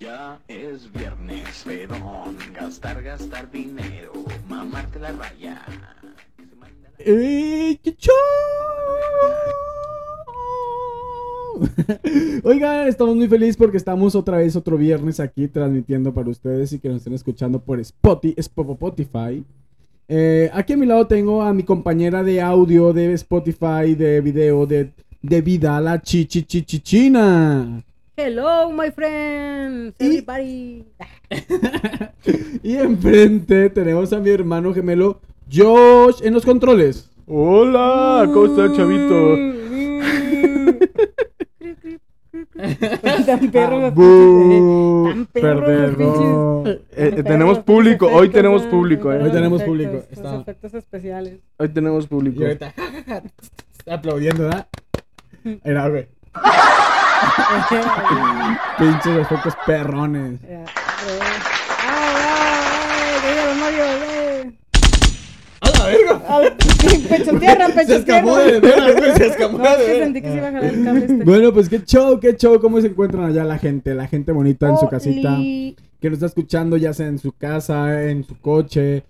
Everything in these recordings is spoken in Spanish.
Ya es viernes, pedón, gastar, gastar dinero, mamarte la raya. Que se manda la- ¡Eh, qué show! Oigan, estamos muy felices porque estamos otra vez otro viernes aquí transmitiendo para ustedes y que nos estén escuchando por Spoti- Spotify. Eh, aquí a mi lado tengo a mi compañera de audio, de Spotify, de video, de, de vida, la chichichichichina. Hello, my friends, Y- everybody. Y enfrente tenemos a mi hermano gemelo Josh en los controles. Hola, ¿cómo está chavito? Cri, cri, cri, cri. Tan perro, me puse. Bu- Tan perro, los Perdón. pinches. Eh, eh, Tan tenemos perro, público, pinches hoy efectos, tenemos ah, público, tan eh. Hoy tenemos efectos, público, los está. efectos especiales. Hoy tenemos público. Y ahorita, aplaudiendo, ¿verdad? Era, güey. Pinches efectos perrones. Ya, pero- Ay, ay, ay, que diga los Marios, eh. ¡A la verga! A ver, Pecho en tierra, pecho en tierra. veras, güey. Se escapó No, es que sentí que se iba a jalar el cable este. Bueno, pues qué show, qué show. ¿Cómo se encuentran allá la gente? La gente bonita en su casita. Oli. Que nos está escuchando ya sea en su casa, en su coche,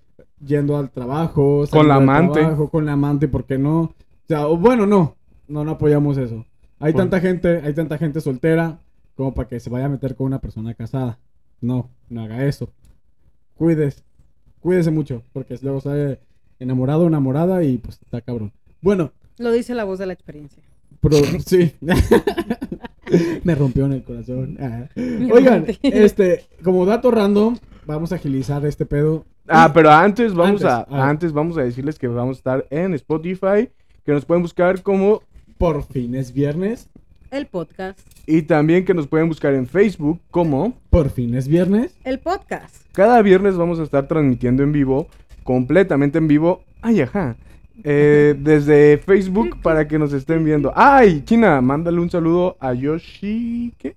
yendo al trabajo. Con saliendo la del amante. trabajo, con la amante, ¿por qué no? O sea, o bueno, no. No, no apoyamos eso. Hay Por- tanta gente, hay tanta gente soltera como para que se vaya a meter con una persona casada. No, no haga eso. Cuides, cuídese mucho, porque luego sale enamorado o enamorada y pues está cabrón. Bueno, Lo dice la voz de la experiencia. pero sí. Me rompió en el corazón. Ah. Oigan, este, como dato random, vamos a agilizar este pedo. Ah, pero antes vamos Antes, a, a ver. antes vamos a decirles que vamos a estar en Spotify, que nos pueden buscar como Por fin es viernes. El podcast. y también que nos pueden buscar en Facebook como Por fin es viernes. El podcast. cada viernes vamos a estar transmitiendo en vivo, completamente en vivo. Ay, ajá. eh, desde Facebook para que nos estén viendo. Ay, China, mándale un saludo a Yoshi. ¿Qué?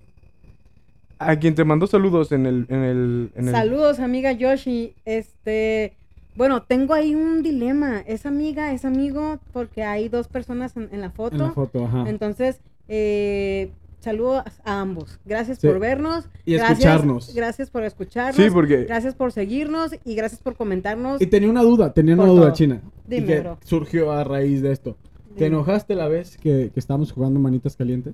A quien te mandó saludos en el. En el, en el- Saludos, amiga Yoshi. Este, bueno, tengo ahí un dilema. Es amiga, es amigo, porque hay dos personas en, en la foto. En la foto, Ah. ajá. Entonces, eh, saludos a ambos. Gracias Sí. por vernos. Y Gracias- escucharnos. Gracias por escucharnos. Sí, porque. Gracias por seguirnos y gracias por comentarnos. Y tenía una duda, tenía una Por duda, todo. China. Dime, y que bro. surgió a raíz de esto. ¿Te Dime. enojaste la vez que, que estábamos jugando manitas calientes?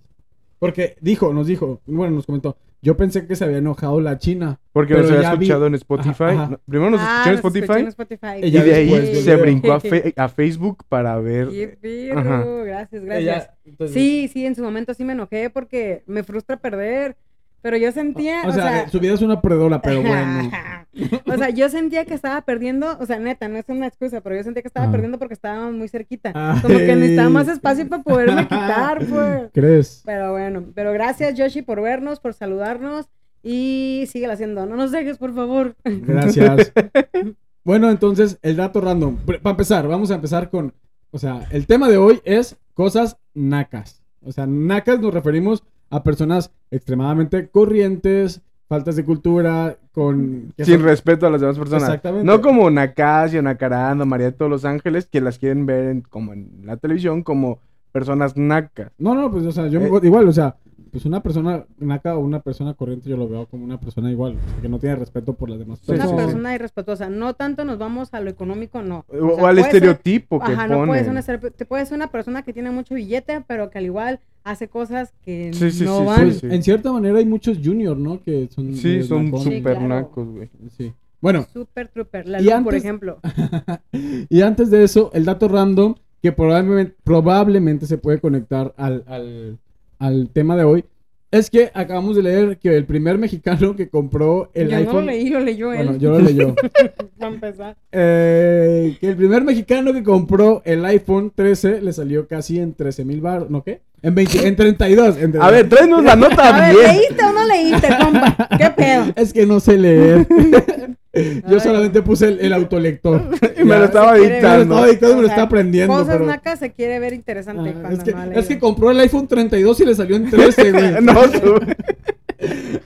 Porque dijo, nos dijo, bueno, nos comentó, yo pensé que se había enojado la China. Porque Pero nos había ya vi- escuchado en Spotify. Ajá, ajá. No, Primero nos Ah, escuchó en nos escuchó en Spotify. Spotify. Y Y ya de después ahí del se video. brincó a, fe- a Facebook para Qué ver. perro, Ajá. Gracias, gracias. Ella- entonces- Sí, sí, en su momento sí me enojé porque me frustra perder, pero yo sentía, "Ah, O sea, de- su vida es una perdora, pero bueno. o sea, yo sentía que estaba perdiendo, o sea, neta, no es una excusa, pero yo sentía que estaba Ajá. perdiendo porque estaba muy cerquita, Ah, como que Ay. necesitaba más espacio para poderme quitar, pues. ¿Crees? Pero bueno, pero gracias Yoshi por vernos, por saludarnos y sigue haciendo, no nos dejes, por favor. Gracias. bueno, entonces, el dato random. Para empezar, vamos a empezar con. O sea, el tema de hoy es cosas nacas. O sea, nacas nos referimos a personas extremadamente corrientes, faltas de cultura, con. que Sin son- respeto a las demás personas. Exactamente. No como Nakasia, Nacaranda, María de todos los Ángeles, que las quieren ver en- como en la televisión como personas nacas. No, no, pues, o sea, yo me- Eh. igual, o sea, pues una persona naca o una persona corriente yo lo veo como una persona igual, o sea, que no tiene respeto por las demás Sí, Una sí, sí. persona irrespetuosa, no tanto nos vamos a lo económico, no. O, sea, o al puede ser- estereotipo que Ajá, no puedes ponen. una ser- te puedes ser una persona que tiene mucho billete, pero que al igual hace cosas que Sí, sí, no sí, van. Pues, en cierta manera hay muchos junior, ¿no? Que son Sí, de son nacones. Sí, super claro. nacos, güey. Sí. Bueno, Super trooper. La Y Lu, por antes- ejemplo. y antes de eso, el dato random que probablemente, probablemente se puede conectar al, al- al tema de hoy es que acabamos de leer que el primer mexicano que compró el yo no iPhone. lo leí, lo leyó bueno, él. yo lo leyó. para empezar. Eh, que el primer mexicano que compró el iPhone 13 le salió casi en 13 mil bar, ¿no qué? En, 20, en 32. en A ver, tráenos la Ah, A nota ver, bien. ¿leíste o no leíste, compa? ¿Qué pedo? Es que no sé leer. Yo Ay. solamente puse el, el autolector. Y me lo Ya. estaba Se Me quiere lo dictando. estaba dictando, me lo O sea, estaba aprendiendo. Cosas pero- nacas se quiere ver interesante Ah, cuando es, que, no ha es que leído. compró el iPhone 32 y le salió en 13, güey. No, su-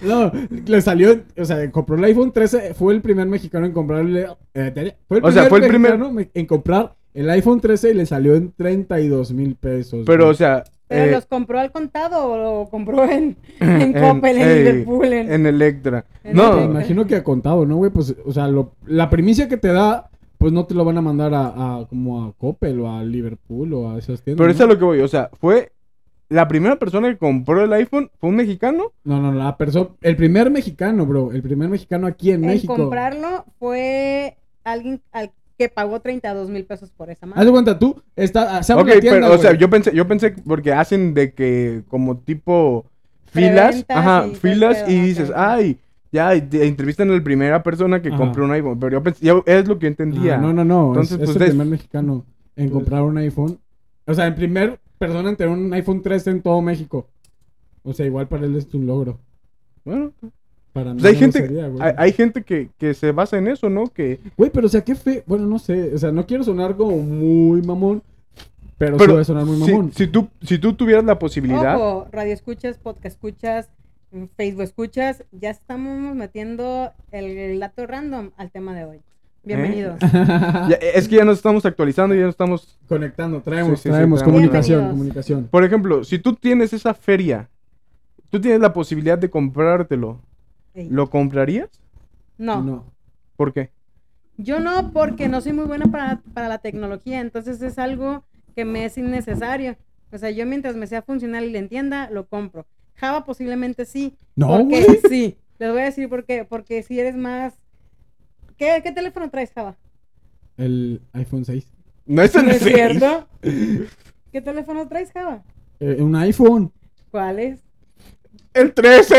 No, le salió, en- o sea, compró el iPhone 13, fue el primer mexicano en comprarle, eh, tenía- fue el O primer sea, fue el primer- mexicano me- en comprar el iPhone 13 y le salió en 32 mil pesos. Pero, o güey. sea, ¿Pero Eh, los compró al contado o lo compró en, en, en- Coppel, en ey, Liverpool? en- en Electra. En Me No, Electra. imagino que ha contado, ¿no, güey? Pues, o sea, lo- la primicia que te da, pues no te lo van a mandar a, a- como a Coppel o a Liverpool o a esas tiendas. pero ¿no? eso es a lo que voy. O sea, fue la primera persona que compró el iPhone fue un mexicano. No, no, la persona, el primer mexicano, bro, el primer mexicano aquí en, en México. comprarlo fue alguien al que pagó 32 mil pesos por esa Haz madre. de cuenta tú, está, ah, se abre ok, la tienda, pero, o sea, güey. yo pensé, yo pensé porque hacen de que como tipo filas, Preventas ajá, y todo filas el pedo, y ok, dices, ok. ay, ya y te entrevistan a la primera persona que Ajá. compró un iPhone, pero yo pensé, yo- es lo que yo entendía. Ah, no, no, no. Entonces, es, pues, es el des- primer mexicano en Pues- comprar un iPhone. O sea, el primer persona en tener un iPhone 3 en todo México. O sea, igual para él es un logro. Bueno, Para mí pues hay no lo gente, sería, güey. hay, hay gente que, que se basa en eso, ¿no? Que Güey, pero o sea, qué fe. Bueno, no sé. O sea, no quiero sonar como muy mamón. Pero, sí voy a sonar muy si- mamón. Si, tú si tú tuvieras la posibilidad, Ojo, radio escuchas, podcast escuchas, Facebook escuchas, ya estamos metiendo el dato random al tema de hoy. Bienvenidos. ya- es que ya nos estamos actualizando, ya nos estamos, Conectando, traemos, Sí, sí, sí, traemos. traemos. Comunicación, Bienvenidos. comunicación. por ejemplo, si tú tienes esa feria, tú tienes la posibilidad de comprártelo, Ey. ¿lo comprarías? No, No. ¿Por qué? yo no porque no soy muy buena para, para la tecnología, entonces es algo que me es innecesario. O sea, yo mientras me sea funcional y le entienda, lo compro. Java posiblemente sí, No, porque güey. sí. Les voy a decir por qué, porque si eres más... ¿Qué, qué teléfono traes, Java? El iPhone 6. No es en ¿No es serio. cierto? ¿Qué teléfono traes, Java? Eh, un iPhone. ¿Cuál es? El 13.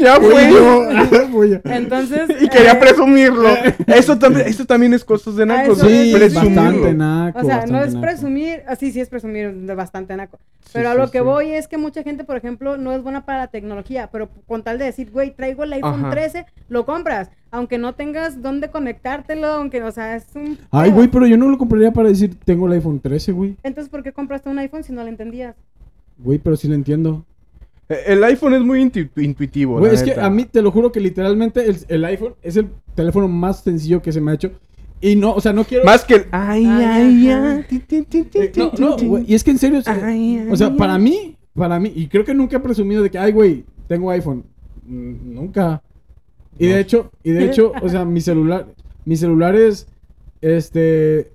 ya Güey, fue. yo. Güey, yo. Entonces. Y quería eh, presumirlo. Eso también, eso también es cosas de nacos. Ah, eso ¿eh? Sí, es presumirlo. bastante naco. O sea, no bastante es naco. presumir. Ah, sí, sí es presumir de bastante naco. Sí, Pero a sí, lo que sí. voy es que mucha gente, por ejemplo, no es buena para la tecnología. Pero con tal de decir, güey, traigo el iPhone Ajá. 13, lo compras. Aunque no tengas dónde conectártelo, aunque, o sea, es un. Ay, pedo. güey, pero yo no lo compraría para decir tengo el iPhone 13, güey. Entonces, ¿por qué compraste un iPhone si no lo entendías? Güey, pero sí lo entiendo. Eh, El iPhone es muy intu- intuitivo. Güey, la es que neta. a mí te lo juro que literalmente el, el iPhone es el teléfono más sencillo que se me ha hecho. Y no, o sea, no quiero. Más que el. Ay, ay, Ay, Ah, ajá. ay. ti, ti, ti, ti, Eh, no, ti, no, ti. güey, Y es que en serio, o sea, Ay, ay, o sea, para ay. mí, para mí, y creo que nunca he presumido de que, ay, güey, tengo iPhone. Mm, Nunca. Y No. de hecho, y de hecho, o sea, mi celular, mis celulares, este,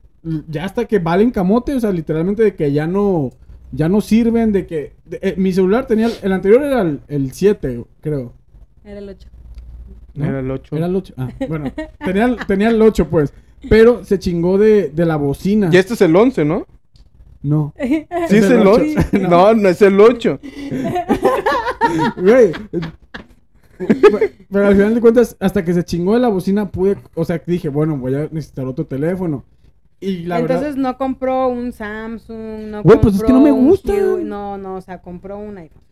ya hasta que valen camote, o sea, literalmente de que ya no, ya no sirven, de que, de- eh, mi celular tenía, el anterior era el, el 7, creo. Era el 8. ¿no? Era el 8. Era el 8. Ah, bueno. Tenía, el- tenía el 8, pues. Pero se chingó de, de la bocina. Y este es el 11, ¿no? No. Sí, es el 8. No, no es el 8. Güey. Pero al final de cuentas, hasta que se chingó de la bocina, pude. O sea, dije, bueno, voy a necesitar otro teléfono. Y la Entonces verdad. no compró un Samsung, no Güey, pues es que compró no me un gusta. Huawei, No, no, o sea, compró un iPhone.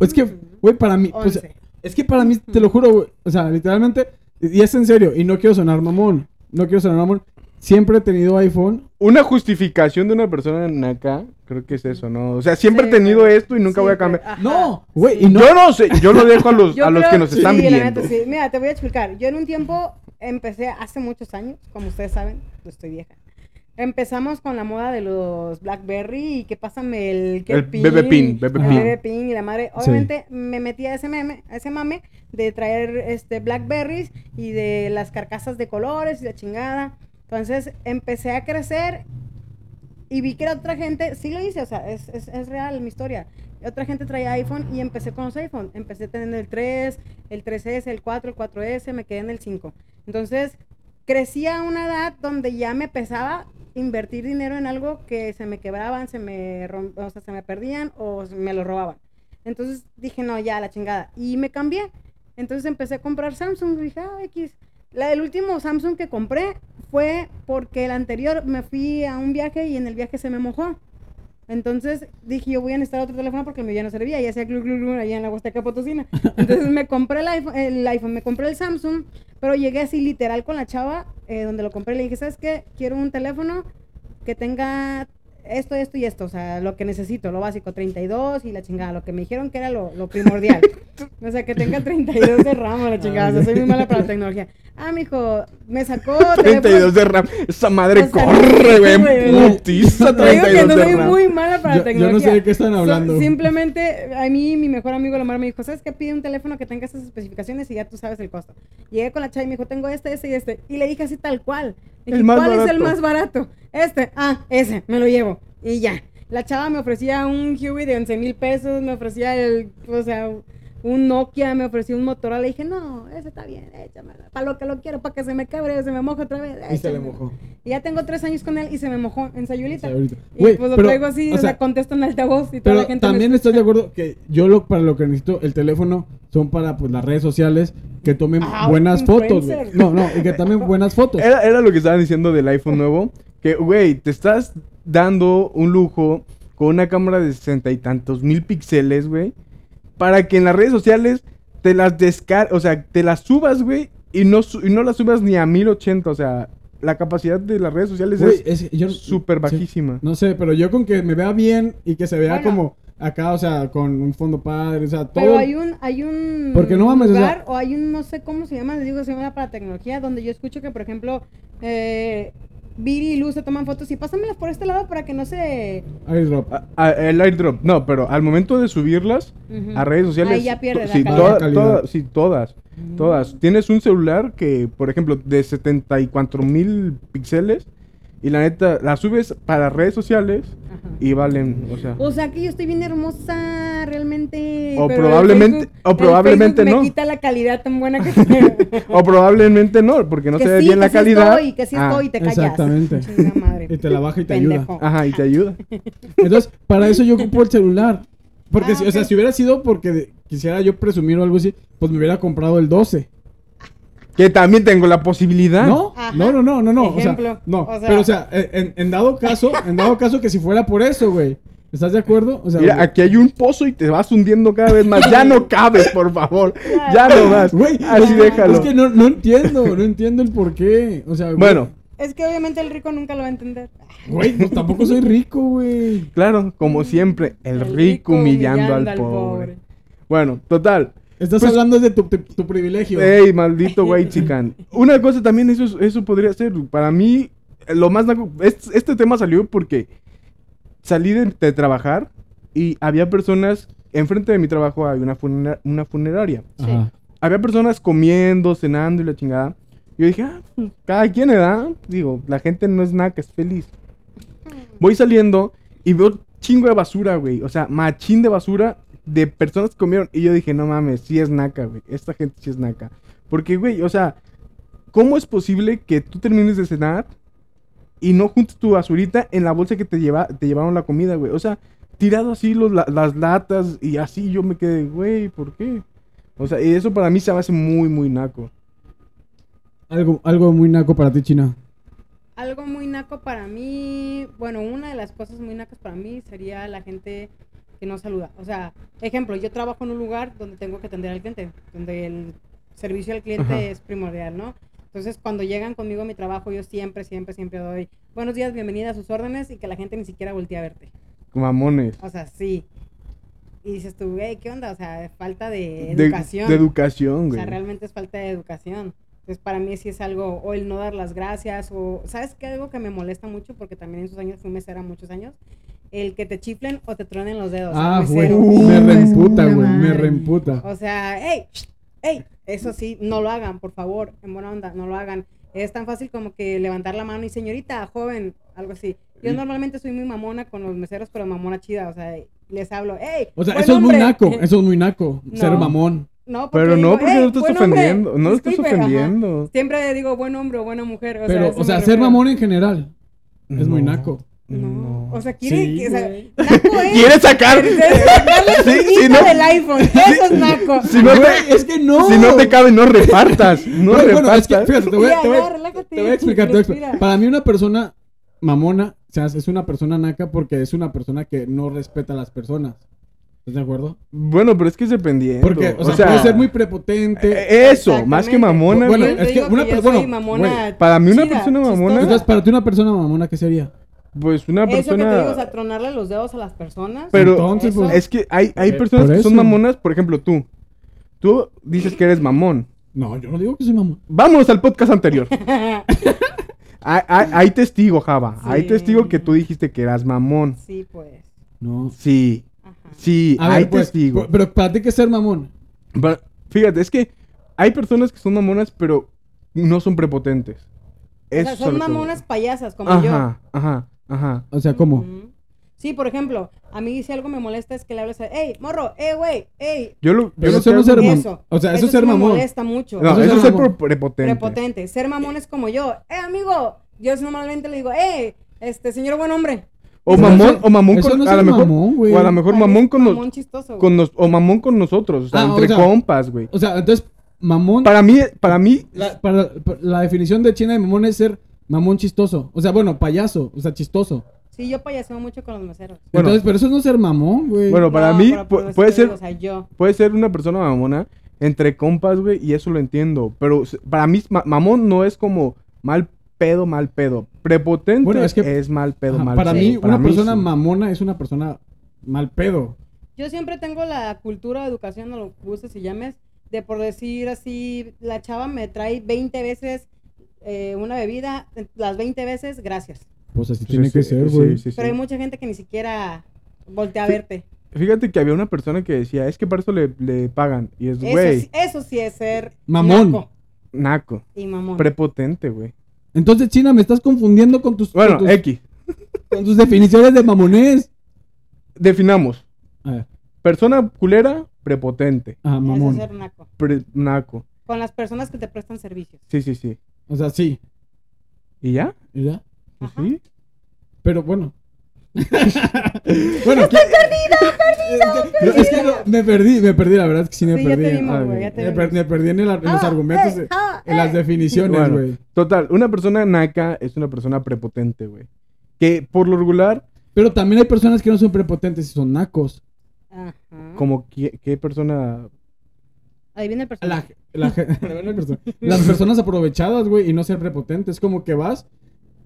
Es que, güey, para mí. pues, 11. es que para mí, te lo juro, güey. O sea, literalmente. Y es en serio. Y no quiero sonar mamón. No quiero sonar mamón. Siempre he tenido iPhone. Una justificación de una persona acá, creo que es eso, ¿no? O sea, siempre he Sí, tenido güey. esto y nunca voy a cambiar. Siempre, ajá. No, güey. Sí. Y no. Yo no sé, yo lo dejo a los, Yo a los creo- que nos sí, están la viendo. neta, sí. Mira, te voy a explicar. Yo en un tiempo empecé hace muchos años, como ustedes saben, yo estoy vieja. Empezamos con la moda de los Blackberry y que pásame el, que El bebé pin, bebé el pin. bebé pin y la madre. Sí. Obviamente me metí a ese meme, a ese mame de traer este Blackberries y de las carcasas de colores y la chingada. Entonces empecé a crecer y vi que era otra gente, sí lo hice, o sea, es, es, es real mi historia. Otra gente traía iPhone y empecé con los iPhone. Empecé teniendo el 3, el 3S, el 4, el 4S, me quedé en el 5. Entonces, crecí a una edad donde ya me pesaba invertir dinero en algo que se me quebraban, se me, rom- o sea, se me perdían o se- me lo robaban. Entonces dije, no, ya, la chingada. Y me cambié. Entonces empecé a comprar Samsung. Dije, ah, X. La- el último Samsung que compré fue porque el anterior me fui a un viaje y en el viaje se me mojó. Entonces dije, yo voy a necesitar otro teléfono porque el mío ya no servía, ya hacía glu glu glu allá en la Huasteca Potosina. Entonces me compré el iPhone, el iPhone, me compré el Samsung, pero llegué así literal con la chava eh, donde lo compré. Le dije, ¿sabes qué? Quiero un teléfono que tenga esto, esto y esto, o sea, lo que necesito, lo básico, 32 y la chingada, lo que me dijeron que era lo, lo primordial. O sea, que tenga 32 de RAM, la chingada, o sea, soy muy mala para la tecnología. Ah, mijo, me sacó... te voy a 32 de RAM. Esa madre O sea, corre, güey. güey, en Putiza, Te digo 32 que no de soy RAM. muy mala para Yo- la yo no tecnología. sé de qué están So- hablando. simplemente a mí, mi mejor amigo Lamar me dijo, ¿sabes qué? Pide un teléfono que tenga estas especificaciones y ya tú sabes el costo. Llegué con la chava y me dijo, tengo este, este y este. Y le dije así tal cual. Le El dije, más ¿cuál es el barato". más barato? Este, ah, ese, me lo llevo. Y ya. La chava me ofrecía un Huey de 11 mil pesos, me ofrecía el, o sea, un Nokia, me ofrecía un Motorola. Le dije, no, ese está bien, échamelo. Para lo que lo quiero, para que se me quebre, se me moje otra vez. Y se le échamelo". mojó. Y ya tengo tres años con él y se me mojó en O sea, Sayulita. ahorita. Y Güey, pues lo pero, traigo así, o o sea, sea, contesto en altavoz y toda Pero la gente también me... estoy de acuerdo que yo lo para lo que necesito el teléfono son para pues las redes sociales que tomen Ah, buenas fotos. güey. influencer. No, no, y que tomen buenas fotos. Era, era lo que estaban diciendo del iPhone nuevo. Que, güey, te estás dando un lujo con una cámara de sesenta y tantos mil píxeles, güey. Para que en las redes sociales te las descar... O sea, te las subas, güey. Y no, su- y no las subas ni a 1080. O sea, la capacidad de las redes sociales Güey, es es que yo- súper sí. bajísima. No sé, pero yo con que me vea bien y que se vea Bueno. como acá, o sea, con un fondo padre, o sea, todo. Pero hay un, hay un Porque no mames, o sea- lugar, o hay un, no sé cómo se llama, les digo, se llama para tecnología, donde yo escucho que, por ejemplo, eh, Viri y Luz se toman fotos y pásamelas por este lado para que no se... airdrop. A- a- el airdrop, no, pero al momento de subirlas Ujú. a redes sociales. Ahí ya pierde la sí, calidad. toda- La calidad. toda- sí, todas. Todas. Tienes un celular que, por ejemplo, de 74 mil píxeles. Y la neta, la subes para redes sociales Ajá. y valen, o sea. O sea que yo estoy bien hermosa realmente. O pero el probablemente- o el probablemente Facebook no. Me quita la calidad tan buena que tengo. O probablemente no, porque no que se ve sí, bien que la sí calidad. Estoy, que sí Ah, estoy y te callas. exactamente. Chinga madre. Y te la baja y te ayuda. Pendejo. Ajá, y te ayuda. Entonces, para eso yo ocupo el celular. Porque, Ah, si, o sea, ok. si hubiera sido porque de- quisiera yo presumir o algo así, pues me hubiera comprado el 12. Que también tengo la posibilidad. ¿No? Ajá. no, no, no, no, no. O sea, Ejemplo, no. o sea- Pero, o sea, en, en dado caso, en dado caso que si fuera por eso, güey. ¿Estás de acuerdo? O sea, Mira, güey, aquí hay un pozo y te vas hundiendo cada vez más. Ya no cabes, por favor. Ya no más. Güey, Así no, déjalo. Es que no, no entiendo, no entiendo el por qué. O sea, güey, Bueno, Es que obviamente el rico nunca lo va a entender. Güey, pues tampoco soy rico, güey. Claro, como siempre, el, rico, humillando, al, pobre. Bueno, total. Estás Pues- eh, hablando de tu, tu- tu privilegio. Ey, maldito güey, chican. Una cosa también, eso, es- eso podría ser. Para mí, lo más. naco- es- Este, tema salió porque salí de, de trabajar y había personas. Enfrente de mi trabajo hay una, funera- una funeraria. Ajá. Había personas comiendo, cenando y la chingada. Yo dije, ah, pues, cada quien edad. Digo, la gente no es nada que es feliz. Voy saliendo y veo chingo de basura, güey. O sea, machín de basura de personas que comieron. Y yo dije, no mames, sí es naca, güey. Esta gente sí es naca. Porque, güey, o sea, ¿cómo es posible que tú termines de cenar y no juntes tu basurita en la bolsa que te, lleva, te llevaron la comida, güey? O sea, tirado así los la- las latas y así yo me quedé, güey, ¿por qué? O sea, y eso para mí se me hace muy, muy naco. Algo, algo muy naco para ti, China. Algo muy naco para mí, bueno, una de las cosas muy nacas para mí sería la gente que no saluda. O sea, ejemplo, yo trabajo en un lugar donde tengo que atender al cliente, donde el servicio al cliente Ajá. es primordial, ¿no? Entonces, cuando llegan conmigo a mi trabajo, yo siempre, siempre, siempre doy buenos días, bienvenida a sus órdenes y que la gente ni siquiera voltee a verte. Mamones. O sea, sí. Y dices tú, "Güey, ¿qué onda? O sea, falta de De- Eh, educación. De, educación, O güey. sea, realmente es falta de educación. Entonces, para mí sí es algo, o el no dar las gracias, o, ¿sabes qué? Algo que me molesta mucho, porque también en sus años fui mesera muchos años, el que te chiflen o pues, te truenen los dedos. al Ah, güey. mesero. Uh, Me Hijo de su reemputa, puta güey. Me madre. reemputa. O sea, hey, hey, eso sí, no lo hagan, por favor, en buena onda, no lo hagan. Es tan fácil como que levantar la mano y señorita, joven, algo así. Yo Y- normalmente soy muy mamona con los meseros, pero mamona chida, o sea, les hablo, hey. O sea, buen eso es muy hombre". Eh. naco. Eso es muy naco. No. Ser mamón. No, porque Pero no, digo, porque "Ey, no estás buen hombre, ofendiendo. No estás disculpe", ajá. ofendiendo. Siempre digo buen hombre o buena mujer. O Pero, sea, o sea, ser mamón en general es muy naco. No. O sea, quiere Sí, que. O sea, güey. naco es. ¿Quieres sacar? Dale Sí, el si no- del iPhone. Eso es naco. Si no Güey, te, es que no. si no te cabe, no repartas. No Bueno, bueno, es repartas. que, fíjate, te voy, a- Ya, te voy a- ya, relájate. te voy a explicar. te voy a explicar. Respira. Para mí, una persona mamona, o sea, es una persona naca porque es una persona que no respeta a las personas. ¿Estás de acuerdo? Bueno, pero es que es dependiente. Porque, o sea, puede ser muy prepotente. eh, Eso, más que mamona. Bueno, güey. es que una persona. persona- mamona güey, para mí una persona mamona- chistosa. Entonces, para ti, una persona mamona, ¿qué sería? pues una Eso que te digo, o persona... sea, tronarle los dedos a las personas. Pero- Entonces, Eso- pues, Es que hay, hay Eh, personas por que son eso. mamonas, por ejemplo tú. Tú dices que eres mamón. No, yo no digo que soy mamón. Vámonos al podcast anterior. hay, hay- hay testigo, Java. Hay Sí. testigo que tú dijiste que eras mamón. sí, pues. No. Sí, Ajá. sí, A hay ver, pues, testigo. pero- Pero para ti que ser mamón. Pero, fíjate, es que hay personas que son mamonas, pero no son prepotentes. O Eso sea, es a lo son que voy. mamonas payasas, como yo. Ajá, ajá, ajá. O sea, ¿cómo? Ujú. Sí, por ejemplo, a mí si algo me molesta es que le hables a, hey, morro, hey, güey, hey. Yo lo, yo Pero lo eso que no es hago- ser mam- Eso. o sea, eso es sí ser me mamón. molesta mucho. No, Eso eso es es ser mamón. pro- prepotente. Prepotente. Ser mamones como yo. Eh, amigo. Yo normalmente le digo, eh, este señor buen hombre. O Pero mamón, eso- o mamón eso con, no es a lo ser mejor, mamón, güey. o a lo mejor Parece mamón con, nos- mamón chistoso, güey. con nos- o mamón con nosotros, o sea, Ah, o entre sea- compas, güey. O sea, entonces, mamón. Para mí, para mí, La, para- para- la definición de China de mamón es ser mamón chistoso. O sea, bueno, payaso. O sea, chistoso. Sí, yo payaseo mucho con los meseros. Bueno. Entonces, pero eso no es ser mamón, güey. Bueno, para mí pero pu- por eso puede te ser- digo, o sea, yo. puede ser una persona mamona entre compas, güey, y eso lo entiendo. Pero s- para mí, ma- mamón no es como mal pedo, mal pedo. Prepotente Bueno, es es, que- mal pedo, Ajá, mal para pedo. mí, Para una persona sí. mamona es una persona mal pedo. Yo siempre tengo la cultura, educación, o lo que gustes y llames, de por decir así, la chava me trae 20 veces eh, una bebida, las 20 veces, gracias. Pues así Pues tiene sí, que sí, ser, sí, güey. sí, sí. Pero hay mucha gente que ni siquiera voltea a verte. Fíjate que había una persona que decía, es que para eso le, le pagan. Y es, Eso, güey, sí- eso sí es ser Mamón. naco naco. y mamón. Prepotente, güey. Entonces, China, me estás confundiendo con tus, Bueno, eh, con pues. tus, X. con tus definiciones de mamonés. Ah, Definamos. A ver, Persona culera, prepotente. ajá, Eso es mamón. ser naco. Pre- naco. Con las personas que te prestan servicios. Sí, sí, sí. O sea, sí. ¿Y ya? pues ¿Ya? Ajá. ¿Sí? Pero bueno. bueno, ¿qué- Es que- es que no, me perdí, me perdí, la verdad es que sí me Sí, ya perdí. te vimos, ah, güey, ya güey. te me, per- vimos. me perdí en, el ar- en los Ah, argumentos, eh, eh, ah, en las eh. definiciones, Bueno, güey. Total, una persona naca es una persona prepotente, güey. Que por lo regular, Pero también hay personas que no son prepotentes y son nacos. Ajá. como que, qué persona... Ahí viene el La- personaje. la gen- la persona- las personas aprovechadas, güey, y no ser prepotentes. Como que vas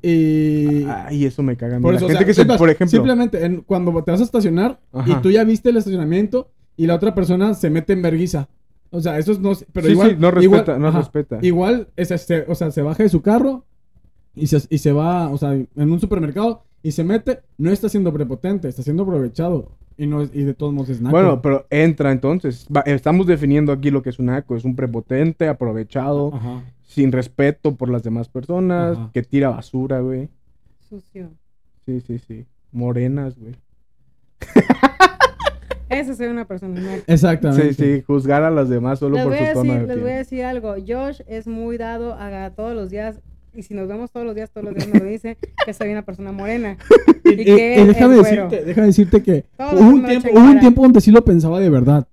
y... Ay, eso me caga. a mí. Por La eso, o gente sea, que se, es más, por ejemplo... Simplemente, en- cuando te vas a estacionar Ajá. y tú ya viste el estacionamiento y la otra persona se mete en verguiza. O sea, eso es no... Pero Sí, igual, sí, no igual- respeta, no ajá. respeta. Igual, es este, o sea, se baja de su carro y se, y se va, o sea, en un supermercado y se mete. No está siendo prepotente, está siendo aprovechado. Y, no, es- y de todos modos es naco. Bueno, pero entra entonces. Va- estamos definiendo aquí lo que es un naco. Es un prepotente, aprovechado, Ajá. sin respeto por las demás personas, Ajá. que tira basura, güey. Sucio. Sí, sí, sí. Morenas, güey. Eso es ser una persona naca. Exactamente. Sí, sí, juzgar a las demás solo les por voy, a su tono decir, de les voy a piel. decir algo. Josh es muy dado a todos los días. Y si nos vemos todos los días, todos los días nos dice que soy una persona morena. Y, Eh, que eh, déjame, es güero. decirte, déjame decirte que Todos hubo un, me tiempo, echan hubo un cara. tiempo donde sí lo pensaba de verdad.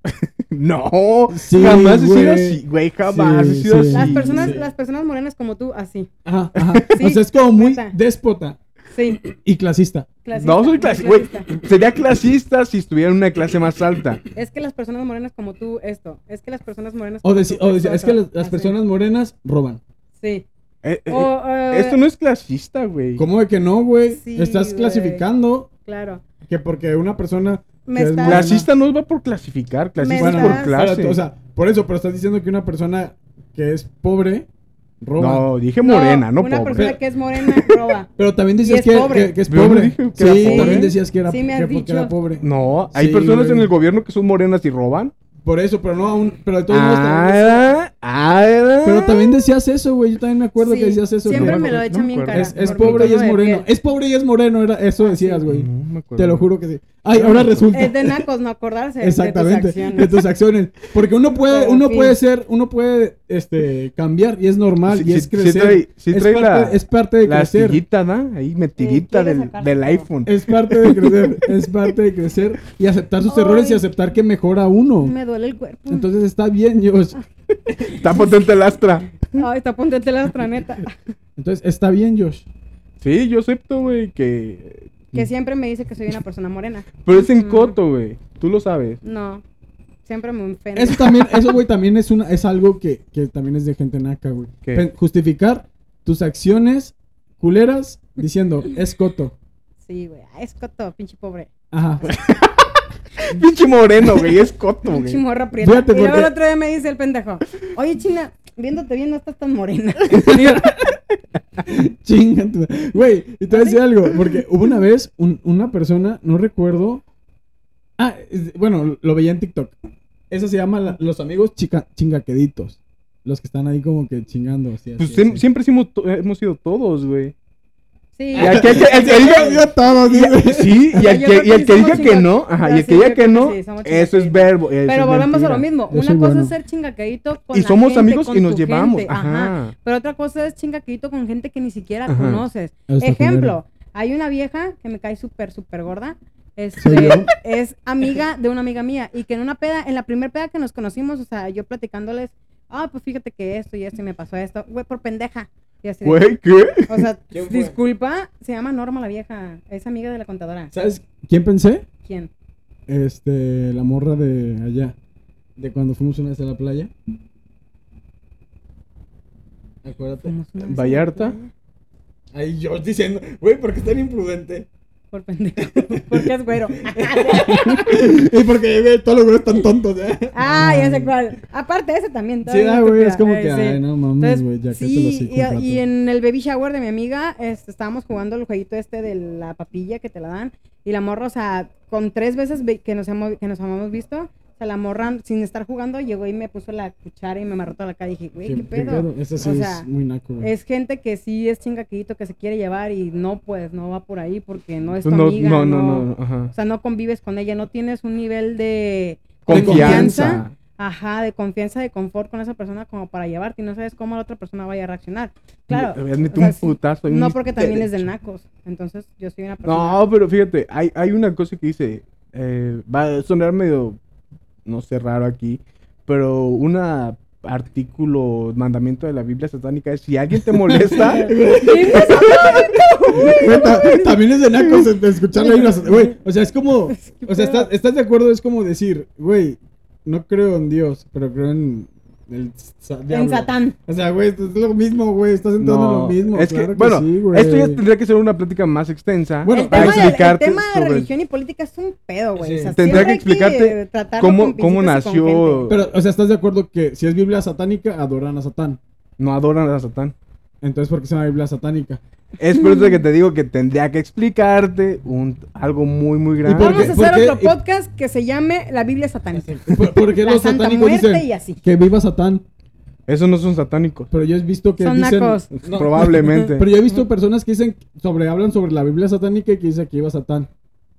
No, Sí, jamás he güey. sido así, güey. Jamás he Sí, sido sí. así. Las personas, sí. las personas morenas como tú, así. Ajá, ajá. Sí, o sea, es como muy neta. déspota Sí. y clasista. clasista, No soy muy clasista, güey. clasista. Sería clasista si estuviera en una clase más alta. Es que las personas morenas como tú, esto. Es que las personas morenas O como decir, tú, o decir, esto, es que las, otro. las Así. personas morenas roban. Sí. Eh, eh, O, eh, esto no es clasista, güey. ¿Cómo de que no, güey? Sí, Estás güey. clasificando Claro. que porque una persona Me que es está- morena- Clasista no va por clasificar, clasista Bueno, es Bueno, por estás- clase. espérate, o sea, por eso, pero estás diciendo que una persona que es pobre roba. no, dije morena, no, Una pobre. persona que es morena roba. Pero también decías es que, pobre. que- que es Yo no pobre. dije que sí, era pobre. también decías que era Sí, me has que porque dicho. era pobre. No, hay Sí, personas güey. en el gobierno que son morenas y roban. Por eso, pero no aún, pero de todos modos también- Ah, ah, Pero también decías eso, güey. Yo también me acuerdo Sí, que decías eso. Siempre güey. me lo No echan me bien acuerdo. cara. Es, es por mi pobre y tono es de moreno. piel. Es pobre y es moreno, era eso decías, güey. No me acuerdo. Te lo juro que sí. Ay, ahora resulta. Ah, Es de nacos no acordarse Exactamente, de tus acciones. de tus acciones. Porque uno puede, Pero, uno sí. puede ser, uno puede este cambiar y es normal Sí, y sí, es sí crecer. trae- sí es, trae parte, la- es parte de La crecer. astillita, ¿da? Ahí metidita Eh, quiere del, sacar del todo. iPhone. Es parte de crecer, es parte de crecer y aceptar sus Ay. errores y aceptar que mejora uno. Me duele el cuerpo. Entonces está bien, Josh. Está potente el Astra. Ay, está ponte la otra neta. Entonces está bien, Josh. Sí, yo acepto, güey, que... Que siempre me dice que soy una persona morena. Pero es en Mm. coto, güey. Tú lo sabes. No. Siempre me ofende. Eso también, eso güey también es una, es algo que, que también es de gente naca, güey. ¿Qué? Pen- Justificar tus acciones culeras diciendo es coto. Sí, güey. Ah, es coto, pinche pobre. Ajá. Pinche moreno, güey. Es coto, Pinche güey. morra prieta. Fíjate, y luego el porque- otro día me dice el pendejo. Oye, China, viéndote bien no estás tan morena. Chinga tu- Güey, y te voy a decir algo, porque hubo una vez un- una persona, no recuerdo. Ah, es- bueno, lo veía en TikTok. Eso se llama la- los amigos chica, chingaqueditos. Los que están ahí como que chingando. Así, así, Pues así. siem- siempre hemos, hemos sido todos, güey. Sí. Y aquí- aquí- el que diga- todos, y- Sí, y Yo el que, creo y el sí que somos diga que chinga- no, ajá, y Ah, el sí, que yo diga creo que no, sí, somos eso es chingaqueditos. verbo. eso Pero es volvemos a lo mentira. mismo. Yo Una soy cosa bueno. es ser chingaquedito con Y la somos gente, amigos con y nos tu llevamos. gente, Ajá. Pero otra cosa es chingaquedito con gente que ni siquiera Ajá. conoces. Ejemplo, hay una vieja que me cae súper, súper gorda. ¿Soy yo? Este, es amiga de una amiga mía. Y que en una peda, en la primera peda que nos conocimos, o sea, yo platicándoles, ah, pues fíjate que esto y esto y me pasó esto, güey, por pendeja. Y así de- Güey, ¿qué? O sea, ¿Quién fue? disculpa, se llama Norma la vieja, es amiga de la contadora. ¿Sabes quién pensé? ¿Quién? Este, la morra de allá. De cuando fuimos una vez a la playa. Acuérdate. Fuimos una vez a la Vallarta. playa. Ahí yo diciendo, güey, ¿por qué es tan imprudente? Por pendejo. Porque es güero. y porque güey, todos los güeyes están tontos, ¿eh? ah, ya sé cuál. Aparte, ese también. Sí, todavía ah, más güey, es estúpida. como Eh, que, sí. ay, no mames, Entonces, güey, ya que te lo sí, hocico y, un rato. y en el baby shower de mi amiga, este, estábamos jugando el jueguito este de la papilla que te la dan. Y la morra, o sea, con tres veces ve- que nos hemos, que nos hemos visto, o sea, la morra, sin estar jugando, llegó y me puso la cuchara y me amarró toda la cara. Y dije, güey, ¿Qué- ¿qué, qué pedo? pedo? Eso sí O es sea, muy naco, güey. Es gente que sí es chingaquito, que se quiere llevar y no, pues, no va por ahí porque no Pues es tu Pues No, amiga. no, no, no, ajá. O sea, no convives con ella, no tienes un nivel de Confianza. ajá, de confianza, de confort con esa persona como para llevarte y no sabes cómo la otra persona vaya a reaccionar. Claro. Le- le admite o sea, un sí. putazo. ahí No, un porque también es de derecho. nacos. Entonces, yo soy una persona. No, pero fíjate, hay, hay una cosa que dice, eh, va a sonar medio, no sé, raro aquí, pero una artículo, mandamiento de la Biblia satánica es si alguien te molesta, pues, Güey, ta- también es de nacos de, de escucharle ahí las- Güey, o sea, es como. O sea, ¿estás, estás de acuerdo? Es como decir, güey, no creo en Dios, pero creo en. El sa- en diablo. Satán. O sea, güey, esto es lo mismo, güey. Estás entrando en no, lo mismo. es claro que, bueno, sí, güey. esto ya tendría que ser una plática más extensa Bueno, el para tema, de, el explicarte tema de sobre religión y política es un pedo, güey. Sí. O sea, Tendría siempre que hay explicarte tratarlo cómo- con cómo pincitas y con nació- gente. Pero, o sea, ¿estás de acuerdo que si es Biblia satánica, adoran a Satán? no adoran a Satán. Entonces, ¿por qué se llama Biblia satánica? Es por eso que te digo que tendría que explicarte un, algo muy, muy grande. por Vamos qué? a hacer qué? otro Y- podcast que se llame La Biblia Satánica. ¿Por, por qué La los Santa satánicos Muerte dicen y así. que viva Satán? Esos no son satánicos. Pero yo he visto que Son dicen... nacos. Probablemente. Pero yo he visto personas que dicen sobre hablan sobre la Biblia satánica y que dicen que iba Satán.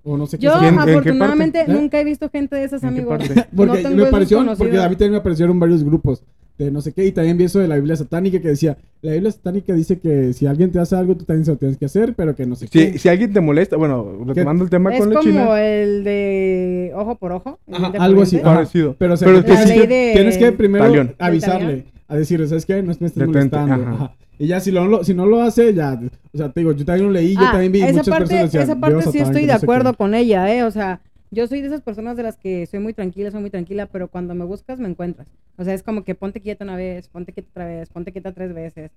O no sé qué. Yo, ¿Quién- en qué parte? afortunadamente, ¿Eh? nunca he visto gente de esas, ¿En qué amigos. parte? Porque no tengo me esos pareció, conocidos. porque a mí también me aparecieron varios grupos de no sé qué y también vi eso de la Biblia satánica que decía, la Biblia satánica dice que si alguien te hace algo tú también se lo tienes que hacer, pero que no sé Si, qué. si alguien te molesta, bueno, retomando el tema Es con la como china. el de ojo por ojo. el Ajá, diente por algo así diente. ajá. Parecido. Pero, se- Pero tienes, La ley que, de- tienes que primero Talión. avisarle, a decirle, ¿sabes qué? No me estás Detente, molestando. ajá. Ajá. Y ya si, lo, lo- si no lo hace, ya. O sea, te digo, yo también lo leí, yo Ah, también vi esa muchas parte, personas. decían, esa "Dios, parte sí Satán, estoy que de no sé qué". acuerdo con ella, ¿eh? O sea, yo soy de esas personas de las que soy muy tranquila, soy muy tranquila, pero cuando me buscas me encuentras. O sea, es como que ponte quieta una vez, ponte quieta otra vez, ponte quieta tres veces,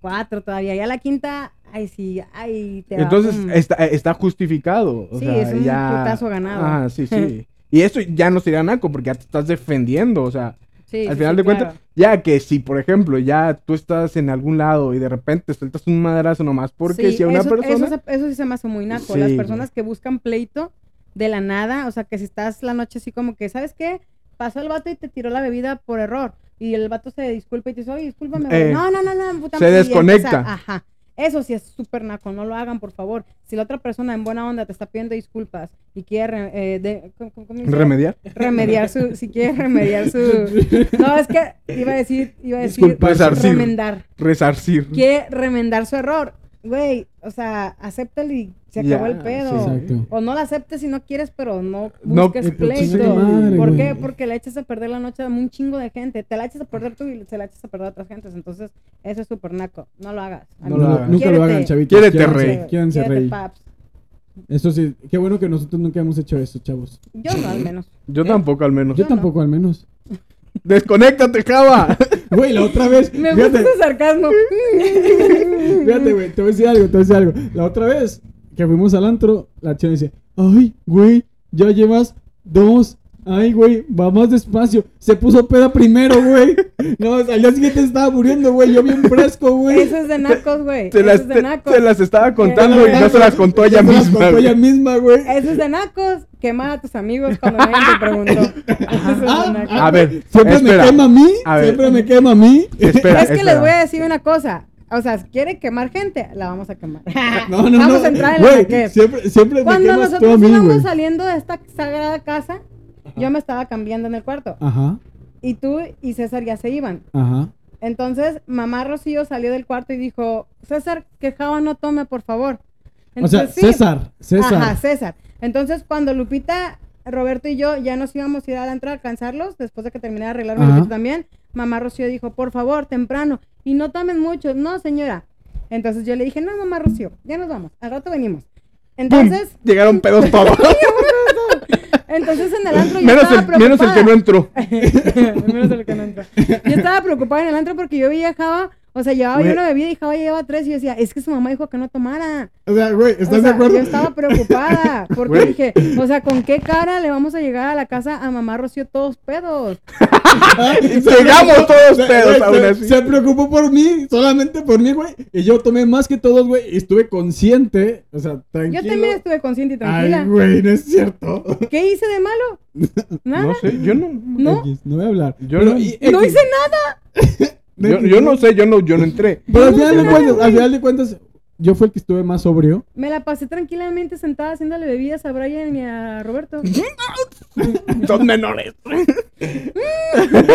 cuatro todavía. Ya la quinta, ay, sí, ay, te va, Entonces mm. está, está justificado. O Sí, sea, es un ya... putazo ganado. Ah, sí, sí. y eso ya no sería naco porque ya te estás defendiendo. O sea, Sí, al sí, final sí, de claro. cuentas, ya que si, por ejemplo, ya tú estás en algún lado y de repente sueltas un madrazo nomás porque Sí, si a una eso, persona. Eso, se- eso sí se me hace muy naco. Las Sí, personas que buscan pleito de la nada, o sea, que si estás la noche así como que, ¿sabes qué? Pasó el vato y te tiró la bebida por error. Y el vato se disculpa y te dice, oye, discúlpame. güey". Eh, no, no, no, no, puta se madre", y desconecta. empieza- Ajá. Eso sí es súper naco, no lo hagan, por favor. Si la otra persona en buena onda te está pidiendo disculpas y quiere eh, de- ¿cómo- cómo- cómo dice? Remediar. remediar su, si quiere remediar su... No, es que iba a decir, iba a decir, Disculpa, resarcir. remendar Resarcir. quiere remendar su error. Güey, o sea, acéptale y se acabó Ya, el pedo. sí, Exacto. O no la aceptes si no quieres, pero no No, busques eh, pues, sí, pleito. madre, ¿Por qué? güey. Porque le echas a perder la noche a un chingo de gente. Te la echas a perder tú y se la echas a perder a otras gentes. Entonces, eso es súper naco. No lo hagas. No lo lo- hagan. nunca lo Quiérete. hagan, chavitos. Quiérete, Quiéranse- rey. Quiéranse, Quiérete, rey. paps. Eso sí, qué bueno que nosotros nunca hemos hecho eso, chavos. Yo no, al menos. Yo tampoco, al menos. Yo no. tampoco, al menos. ¡Desconéctate, Java! Güey, la otra vez. Me fíjate, gusta ese sarcasmo. fíjate, güey, te voy a decir algo, te voy a decir algo. La otra vez que fuimos al antro, la china dice, ay, güey, ya llevas dos. Ay, güey, va más despacio. Se puso peda primero, güey. No, al día siguiente estaba muriendo, güey. Yo bien fresco, güey. Eso es de nacos, güey. Se Eso las, es de nacos. se las estaba contando y no se las contó ella Se las misma. contó güey. ella misma, güey. Eso es de nacos. Quemar a tus amigos cuando nadie te preguntó. Eso es de nacos. A ver, Ah, Siempre espera. me quema a mí. A ver. Siempre me quema a mí. Espera, es que espera. les voy a decir una cosa. O sea, si quieren quemar gente, la vamos a quemar. No, no, vamos no. a entrar en Güey, la que. Siempre, siempre me Cuando quemas tú a nosotros mí, íbamos güey. saliendo de esta sagrada casa, yo me estaba cambiando en el cuarto. Ajá, Y tú y César ya se iban. ajá. Entonces, mamá Rocío salió del cuarto y dijo, César, que Java no tome, por favor. o sea, Entonces, sí. César, César. Ajá, César. Entonces, cuando Lupita, Roberto y yo ya nos íbamos a ir adentro a alcanzarlos, después de que terminé de arreglarme Ajá. Lupita también, mamá Rocío dijo, por favor, temprano, y no tomen mucho. No, señora. Entonces yo le dije, no, mamá Rocío, ya nos vamos, al rato venimos. Entonces, Llegaron pedos todos. entonces en el antro yo menos, estaba el, menos el que no preocupada. entró. Menos el que no entra. Yo estaba preocupada en el antro porque yo veía a Java, o sea, llevaba Güey. yo una bebida y Java llevaba tres y yo decía, es que su mamá dijo que no tomara. O sea, güey, ¿estás O sea, de acuerdo? Yo estaba preocupada porque Güey. dije, o sea, ¿con qué cara le vamos a llegar a la casa a mamá Rocío todos pedos? Llegamos todos pedos Güey, aún se- así. Se preocupó por mí, solamente por mí, güey. Y yo tomé más que todos, güey. Y estuve consciente, o sea, tranquilo. Yo también estuve consciente y Ay, tranquila. güey, no es cierto. ¿Qué hice de malo? Nada. No sé, yo no. No, X, no voy a hablar. Yo no- no hice nada. Yo, yo no sé, yo no, yo no entré. Pero al no final, hice de nada, cuentas, al güey. final de cuentas, yo fui el que estuve más sobrio. Me la pasé tranquilamente sentada haciéndole bebidas a Brian y a Roberto. Son menores.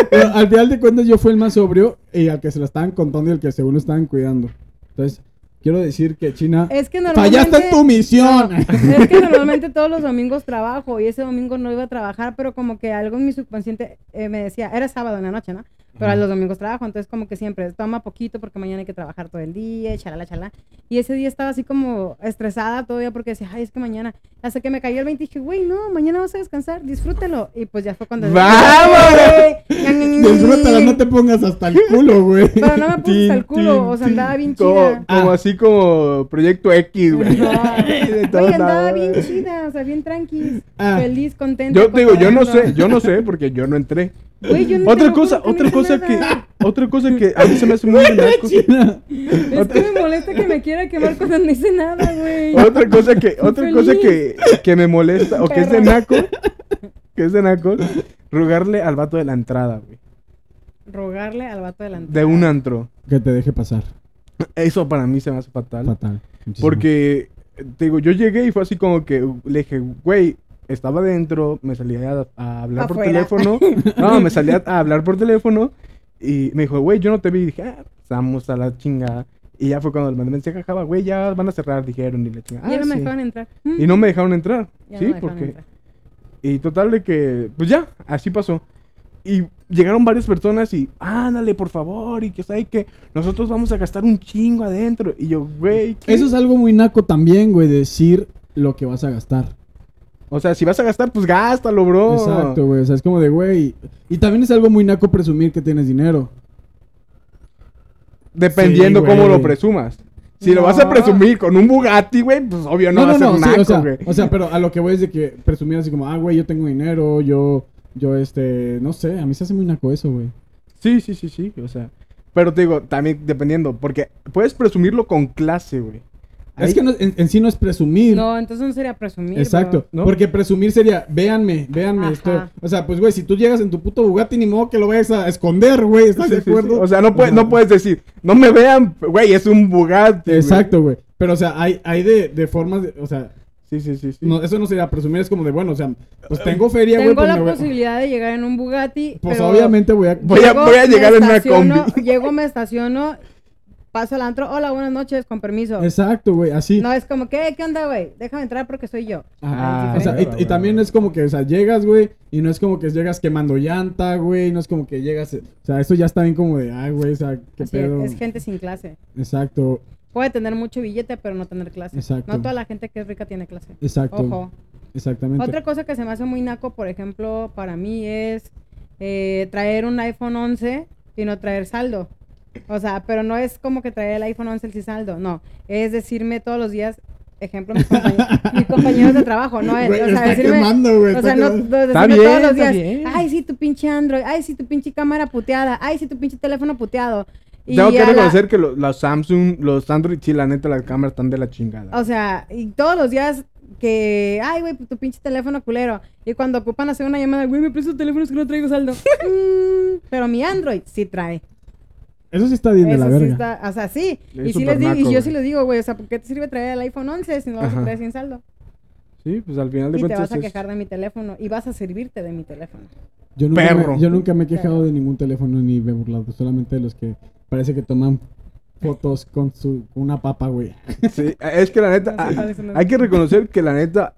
Pero al final de cuentas yo fui el más sobrio y al que se la estaban contando y al que según lo estaban cuidando. Entonces, quiero decir que China... Es que Eh, normalmente... ¡Fallaste en tu misión! Es que normalmente todos los domingos trabajo y ese domingo no iba a trabajar, pero como que algo en mi subconsciente eh, me decía, era sábado en la noche, ¿no? Pero a los domingos trabajo, entonces como que siempre toma poquito porque mañana hay que trabajar todo el día, y chalala, chalala. Y ese día estaba así como estresada todavía porque decía, ay, es que mañana, hasta que me cayó el 20 y dije, güey, no, mañana vas a descansar, disfrútalo. Y pues ya fue cuando... ¡Vámonos! Mm. Disfrútala, no te pongas hasta el culo, güey. Pero no me puse hasta el Tin, tin, culo, o sea, andaba bien Como, chida. Pues como Ah. así como Proyecto X, güey. No. De todos Güey, andaba lados. bien chida, o sea, bien tranqui, Ah. feliz, contenta. Yo te digo, yo no sé, compartiendo. yo no sé porque yo no entré. Güey, yo no te Otra lo juro cosa, que no otra hice cosa que nada. otra cosa que a mí se me hace muy de naco. China. Es que me molesta que me quiera quemar cuando no hice nada, güey. Otra cosa que otra Feliz. cosa que, que me molesta o que es de Perro. naco, que es de naco, rogarle al vato de la entrada, güey, Rogarle al vato delante. de un antro. Que te deje pasar. Eso para mí se me hace fatal. Fatal. Muchísimo. Porque, te digo, yo llegué y fue así como que uh, le dije, güey, estaba adentro, me salía a, a hablar por Afuera. teléfono. No, me salía a hablar por teléfono. Y me dijo, güey, yo no te vi. Y dije, ah, estamos a la chingada. Y ya fue cuando le mandé mensaje a Java, güey, ya van a cerrar, dijeron. Y le chingada. Y "Ah, no me sí". dejaban entrar. Y no me dejaron entrar. Ya sí, no me dejaban porque. entrar. Y total de que, pues ya, así pasó. Y llegaron varias personas y, ándale, por favor, y que sabe que nosotros vamos a gastar un chingo adentro. Y yo, güey, ¿qué?". Eso es algo muy naco también, güey, decir lo que vas a gastar. O sea, si vas a gastar, pues gástalo, bro. Exacto, güey. O sea, es como de, güey. Y también es algo muy naco presumir que tienes dinero. Dependiendo Sí, cómo güey. lo presumas. Si lo No. vas a presumir con un Bugatti, güey, pues obvio no, No, no, vas a no, ser sí, naco, o, sea, güey. o sea, pero a lo que voy es de que presumir así como, ah, güey, yo tengo dinero, yo, yo, este, no sé, a mí se hace muy naco eso, güey. Sí, sí, sí, sí, o sea. Pero te digo, también dependiendo, porque puedes presumirlo con clase, güey. Ahí- Es que no- en, en sí no es presumir. No, entonces no sería presumir. Exacto, ¿no? porque presumir sería, véanme, véanme Ajá. esto. O sea, pues, güey, si tú llegas en tu puto Bugatti, ni modo que lo vayas a esconder, güey, ¿estás Sí, de sí, sí. acuerdo? O sea, no, puede- no puedes decir, no me vean, güey, es un Bugatti. güey". Exacto, güey. Pero, o sea, hay, hay de, de formas, de- o sea, Sí, sí, sí, sí. no, eso no sería presumir, es como de, bueno, o sea, pues tengo feria, güey, Tengo pues, la me voy- posibilidad de llegar en un Bugatti. pues pero obviamente voy a... Voy a- llego, voy a me llegar en una estaciono- combi. Llego, me estaciono, paso al antro. Hola, buenas noches, con permiso. Exacto, güey, así. No, es como, ¿qué? ¿Qué onda, güey? Déjame entrar porque soy yo. Ah, O sea, y, huevo, y también huevo. es como que, o sea, llegas, güey, y no es como que llegas quemando llanta, güey, no es como que llegas, eh, o sea, eso ya está bien como de, ay, güey, o sea, qué Así es, pedo. es gente sin clase. Exacto, Puede tener mucho billete, pero no tener clase. Exacto. No toda la gente que es rica tiene clase. exacto. Ojo. Exactamente. Otra cosa que se me hace muy naco, por ejemplo, para mí es eh, traer un iPhone 11 y no traer saldo. O sea, pero no es como que traer el iPhone 11 sin saldo, no. Es decirme todos los días, ejemplo, mis compañeros, mis compañeros de trabajo, ¿no? Eh, Güey, o sea, está decirme- quemando, güey, o está sea, no, quemando. no, Está decirme todos bien, los está días, bien. ay, sí, tu pinche Android, ay, sí, tu pinche cámara puteada, ay, sí, tu pinche teléfono puteado. Y Tengo que a la- reconocer que lo- los Samsung, los Android, sí, la neta, las cámaras están de la chingada. O sea, y todos los días que, ay, güey, pues tu pinche teléfono culero. Y cuando ocupan hacer una llamada, güey, me presto teléfonos que no traigo saldo. Mm, pero mi Android sí trae. Eso sí está bien de la Eso sí verga. está, o sea, sí. Es y, sí súper les digo, naco, y yo güey. sí les digo, güey, o sea, ¿por qué te sirve traer el iPhone 11 si no vas Ajá. a traer sin saldo? sí, pues al final de Y te cuentas. vas a es- quejar de mi teléfono y vas a servirte de mi teléfono. Yo nunca, Perro. Me, yo nunca me he quejado de ningún teléfono ni me he burlado, solamente de los que parece que toman fotos con su con una papa, güey. Sí, es que la neta, No sé ah, cuáles son las- hay que reconocer que la neta,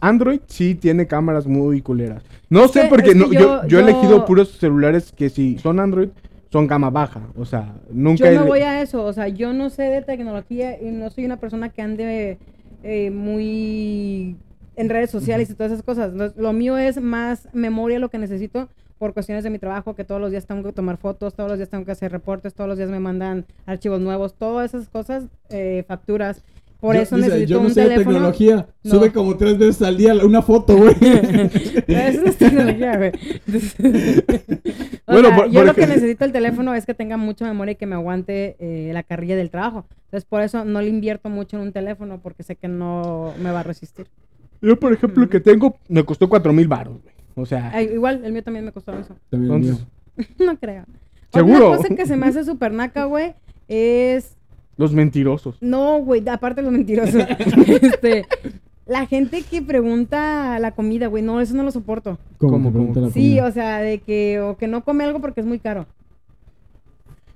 Android sí tiene cámaras muy culeras. No Es sé que- porque es que no, yo, yo- yo he yo- elegido puros celulares que si son Android son gama baja. O sea, nunca... Yo he- no voy a eso, o sea, yo no sé de tecnología y no soy una persona que ande eh, muy en redes sociales y todas esas cosas. Lo, lo mío es más memoria lo que necesito por cuestiones de mi trabajo, que todos los días tengo que tomar fotos, todos los días tengo que hacer reportes, todos los días me mandan archivos nuevos, todas esas cosas, eh, facturas. Por Yo- eso dice, necesito Yo no un sé de teléfono. tecnología. No. Sube como tres veces al día una foto, güey. Eso no es tecnología, güey. Entonces, o Bueno, sea, por- yo por lo que ejemplo- necesito el teléfono es que tenga mucha memoria y que me aguante eh, la carrilla del trabajo. Entonces, por eso no le invierto mucho en un teléfono porque sé que no me va a resistir. Yo, por ejemplo, el que tengo me costó 4 mil baros, güey. O sea, Ay, igual, el mío también me costó eso. También el mío. entonces, no creo. ¿Seguro? Otra cosa que se me hace súper naca, güey, es los mentirosos. No, güey, aparte de los mentirosos. este, la gente que pregunta la comida, güey, no, eso no lo soporto. Como ¿Cómo, te pregunta cómo? la Sí, comida. o sea, de que o que no come algo porque es muy caro.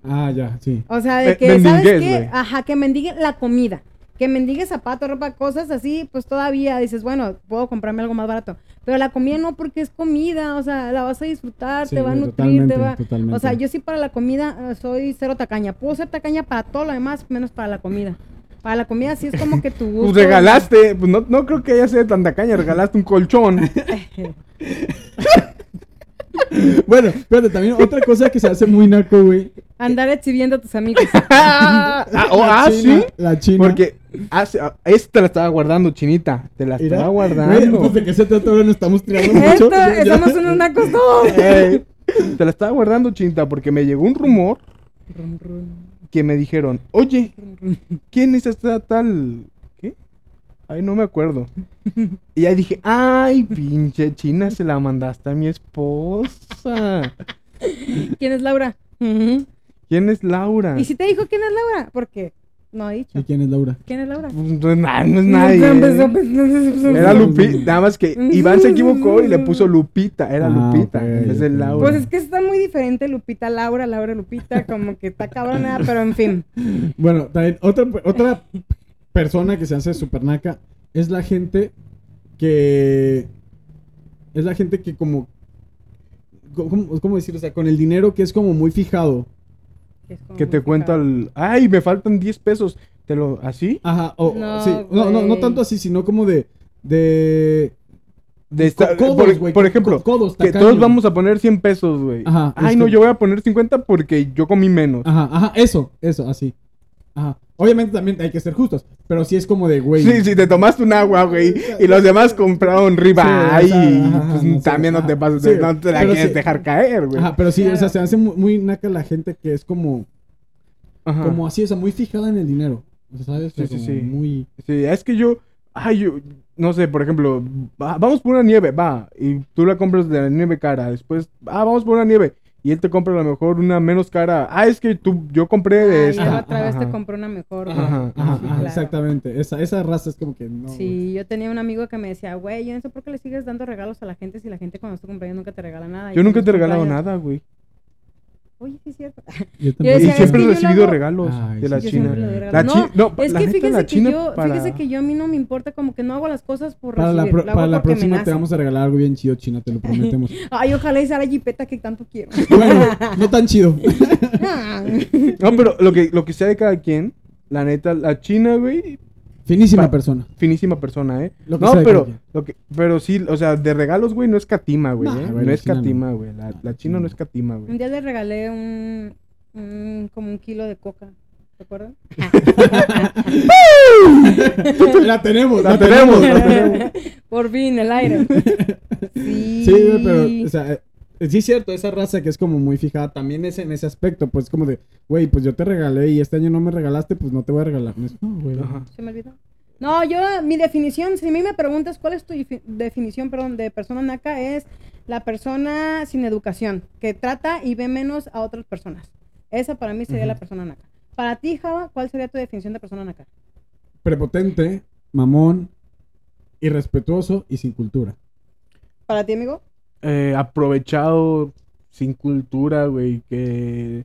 Ah, ya, sí. O sea, Me- de que mendiguez, sabes qué? güey. ajá, que mendigue la comida, que mendigue zapatos, ropa, cosas así, pues todavía dices, bueno, puedo comprarme algo más barato, pero la comida no porque es comida, o sea, la vas a disfrutar, Sí, te va a güey, nutrir, te totalmente, va totalmente. O sea, yo sí para la comida eh, soy cero tacaña. Puedo ser tacaña para todo lo demás, menos para la comida. Para la comida sí es como que tu gusto. Pues regalaste, pues no, no creo que haya sido tanta caña, regalaste un colchón. Bueno, espérate, también otra cosa que se hace muy naco, güey. Andar exhibiendo a tus amigos. ah, oh, La ah, china, sí. La china. Porque hace, ah, esta la estaba guardando, chinita. Te la Mira, estaba güey, guardando. pues de que se trata, güey, nos estamos tirando mucho. Esto, Ya- eso no son nacos todos. Ey, te la estaba guardando, chinita, porque me llegó un rumor Run, run, que me dijeron, oye, run, run. ¿quién es esta tal? ¿Qué? Ay, no me acuerdo. Y ahí dije, ay, pinche China, se la mandaste a mi esposa. ¿Quién es Laura? Ujú. ¿Quién es Laura? ¿Y si te dijo quién es Laura? Porque no ¿Y he dicho. quién es Laura? ¿Quién es Laura? Pues, No, es na- no es nadie. pues, Era Lupita, nada más que Iván se equivocó y le puso Lupita, era Ah, Lupita, ok, en vez de ok. Laura. Pues es que está muy diferente Lupita Laura, Laura Lupita, como que está cabrona, pero en fin. Bueno, también otra, otra persona que se hace super naca es la gente que. Es la gente que, como. ¿Cómo, cómo decir? O sea, con el dinero que es como muy fijado. es como que muy te cuenta fijado. el, ay, me faltan 10 pesos, te lo, ¿así? Ajá, o. No, sí, no, no, no güey. tanto así, sino como de. De. De esta- codos, por, güey, por co- ejemplo, codos, que tacaño. todos vamos a poner 100 pesos, güey. Ajá, Ay, es Ah, no, como- yo voy a poner 50 porque yo comí menos. Ajá, ajá, eso, eso, así. Ajá. Obviamente también hay que ser justos, pero sí es como de, güey. Sí, sí, te tomaste un agua, güey. Y los demás compraron ribeye. Sí, o sea, y ajá, pues, no sé, también no ajá, te pasas, sí, no te la pero quieres sí. dejar caer, güey. Ajá, pero sí, o sea, Claro. se hace mu- muy naca la gente que es como. Ajá. Como así, o sea, muy fijada en el dinero. O sea, ¿sabes? O sea, Sí, sí, como sí. Muy. Sí, es que yo, ay, yo, no sé, por ejemplo, va- vamos por una nieve, va, y tú la compras de la nieve cara, después, ah, vamos por una nieve, y él te compra a lo mejor una menos cara, ah, es que tú, yo compré de Ay, yo esta. la otra vez Ajá. te compré una mejor. güey. Ajá, Ajá, Sí, ajá, claro. exactamente. Esa, esa raza es como que no. güey. Sí, yo tenía un amigo que me decía, güey, yo no sé por qué le sigues dando regalos a la gente si la gente cuando es tu cumpleaños nunca te regala nada. Y Yo cuando nunca es te he regalado cumpleaños- nada, güey. Oye, sí es cierto. Yo Y Yo también. decía, es que siempre he yo lo recibido hago- regalos Ay, de la sí, Yo China. siempre le doy regalos. La no, chi- no, es la que neta, fíjese la que China yo, para- fíjese que yo a mí no me importa como que no hago las cosas por Para la, recibir, pro- lo hago para la porque me próxima te nace. vamos a regalar algo bien chido, China, te lo prometemos. Ay, ojalá y sea la jipeta que tanto quiero. bueno, no tan chido. No, pero lo que, lo que sea de cada quien, la neta, la China, güey, Finísima Pa- persona. finísima persona, ¿eh? Lo que no, sea de pero, cada quien. lo que, pero sí, o sea, de regalos, güey, no es catima, güey, No, ¿eh? güey, No la es China no. catima, güey. La, la China no es catima, güey. un día le regalé un, un- como un kilo de coca. ¿se acuerdan? La tenemos, La tenemos, la Por fin, el aire. Sí, Sí, güey, pero, o sea, eh, sí es cierto, esa raza que es como muy fijada también es en ese aspecto, pues como de, güey, pues yo te regalé y este año no me regalaste, pues no te voy a regalar. No, es, no, güey. no. Ajá. Se me olvidó. No, yo, mi definición, si a mí me preguntas cuál es tu difi- definición, perdón, de persona naca, es la persona sin educación, que trata y ve menos a otras personas. Esa para mí sería Ujú. la persona naca. Para ti, Java, ¿cuál sería tu definición de persona naca? Prepotente, mamón, irrespetuoso y sin cultura. Para ti, amigo. eh, aprovechado, sin cultura, güey, que,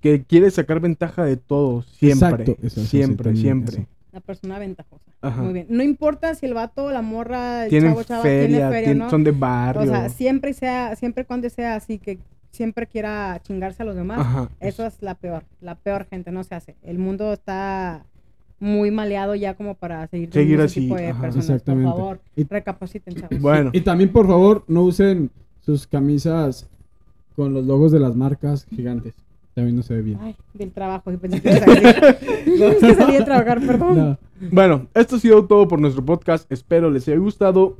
que quiere sacar ventaja de todo, siempre, Exacto, eso, eso, sí, siempre, también, siempre. eso. La persona ventajosa. Ajá. Muy bien. No importa si el vato, la morra, el Tienen chavo, chava, feria, tiene feria, tien- ¿no? son de O barrio. sea, siempre y sea, siempre y cuando sea así, que siempre quiera chingarse a los demás. Ajá. Eso es la peor, la peor gente, no se hace. El mundo está muy maleado ya como para seguir, con Seguir ese así, tipo de ajá, personas. exactamente. Por favor, Y- recapaciten, chavos. Bueno, Y también, por favor, no usen sus camisas con los logos de las marcas gigantes. También no se ve bien. Ay, del trabajo, que pensé que ibas a decir. Es que salí a trabajar, perdón. No. bueno, esto ha sido todo por nuestro podcast. Espero les haya gustado.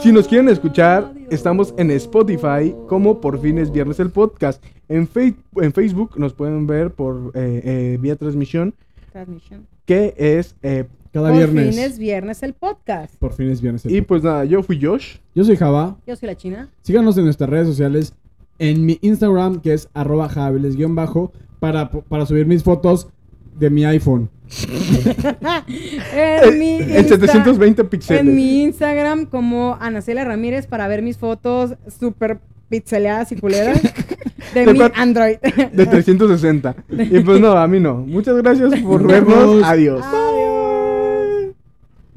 Si nos quieren escuchar, estamos en Spotify como por fin es viernes el podcast. En, Fei- en Facebook nos pueden ver por eh, eh, vía transmisión, Transmisión. que es... eh, Cada Por viernes. fin es viernes el podcast. Por fin es viernes. y pues nada, yo fui Josh. Yo soy Java. Yo soy la China. Síganos en nuestras redes sociales. En mi Instagram, que es arroba javiles guión bajo, para, para subir mis fotos de mi iPhone. en mi Eh, En Insta- 720 píxeles. en mi Instagram como Anacela Ramírez para ver mis fotos super pixeleadas y culeras de, De mi cuat- Android. De 360. Y pues no, a mí no. Muchas gracias por Nos vemos. vernos. Adiós. Adiós.